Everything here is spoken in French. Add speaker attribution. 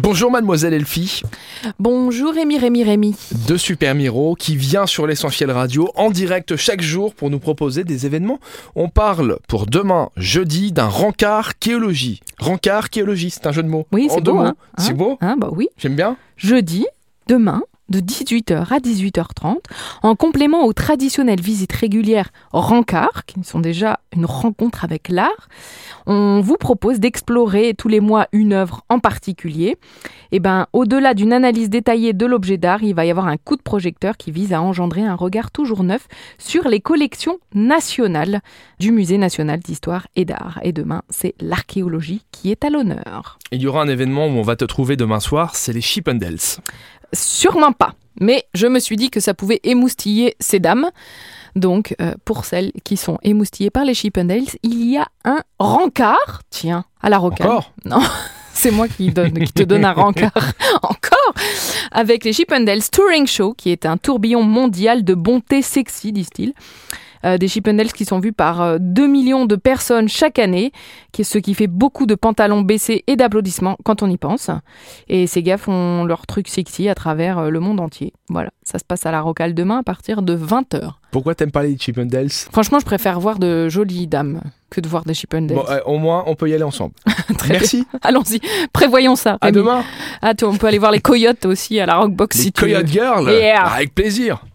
Speaker 1: Bonjour mademoiselle Elfie,
Speaker 2: Bonjour Rémi, Rémi, Rémi.
Speaker 1: de Super Miro, qui vient sur l'essentiel radio en direct chaque jour pour nous proposer des événements. On parle pour demain, jeudi, d'un rencard kéologie. Rencard kéologie, c'est un jeu de mots.
Speaker 2: Oui,
Speaker 1: En
Speaker 2: c'est
Speaker 1: deux
Speaker 2: beau,
Speaker 1: mots.
Speaker 2: hein, hein.
Speaker 1: C'est beau
Speaker 2: Hein, bah oui.
Speaker 1: J'aime bien
Speaker 2: Jeudi, demain, de 18h à 18h30, en complément aux traditionnelles visites régulières Rancard, qui sont déjà une rencontre avec l'art, on vous propose d'explorer tous les mois une œuvre en particulier. Et ben, au-delà d'une analyse détaillée de l'objet d'art, il va y avoir un coup de projecteur qui vise à engendrer un regard toujours neuf sur les collections nationales du Musée national d'histoire et d'art. Et demain, c'est l'archéologie qui est à l'honneur.
Speaker 1: Il y aura un événement où on va te trouver demain soir, c'est les Chippendales.
Speaker 2: Sûrement pas. Mais je me suis dit que ça pouvait émoustiller ces dames. Donc, euh, pour celles qui sont émoustillées par les Chippendales, il y a un rencard. Tiens, à la rocade.
Speaker 1: Encore
Speaker 2: C'est moi qui, donne- qui te donne un rencard. Encore Avec les Chippendales Touring Show, qui est un tourbillon mondial de bonté sexy, disent-ils. Euh, des Chippendales qui sont vus par euh, 2 millions de personnes chaque année, qui est ce qui fait beaucoup de pantalons baissés et d'applaudissements quand on y pense. Et ces gars font leur truc sexy à travers euh, le monde entier. Voilà, ça se passe à la Rocale demain à partir de 20h.
Speaker 1: Pourquoi t'aimes pas les Chippendales
Speaker 2: Franchement, je préfère voir de jolies dames que de voir des Chippendales.
Speaker 1: Bon, euh, Au moins, on peut y aller ensemble.
Speaker 2: Très bien.
Speaker 1: Merci,
Speaker 2: Allons-y, prévoyons ça.
Speaker 1: à
Speaker 2: Rémi.
Speaker 1: demain
Speaker 2: Ah, tu- on peut aller voir les coyotes aussi à la Rockbox
Speaker 1: Les
Speaker 2: si tu veux.
Speaker 1: Coyote Girls
Speaker 2: Yeah.
Speaker 1: Avec plaisir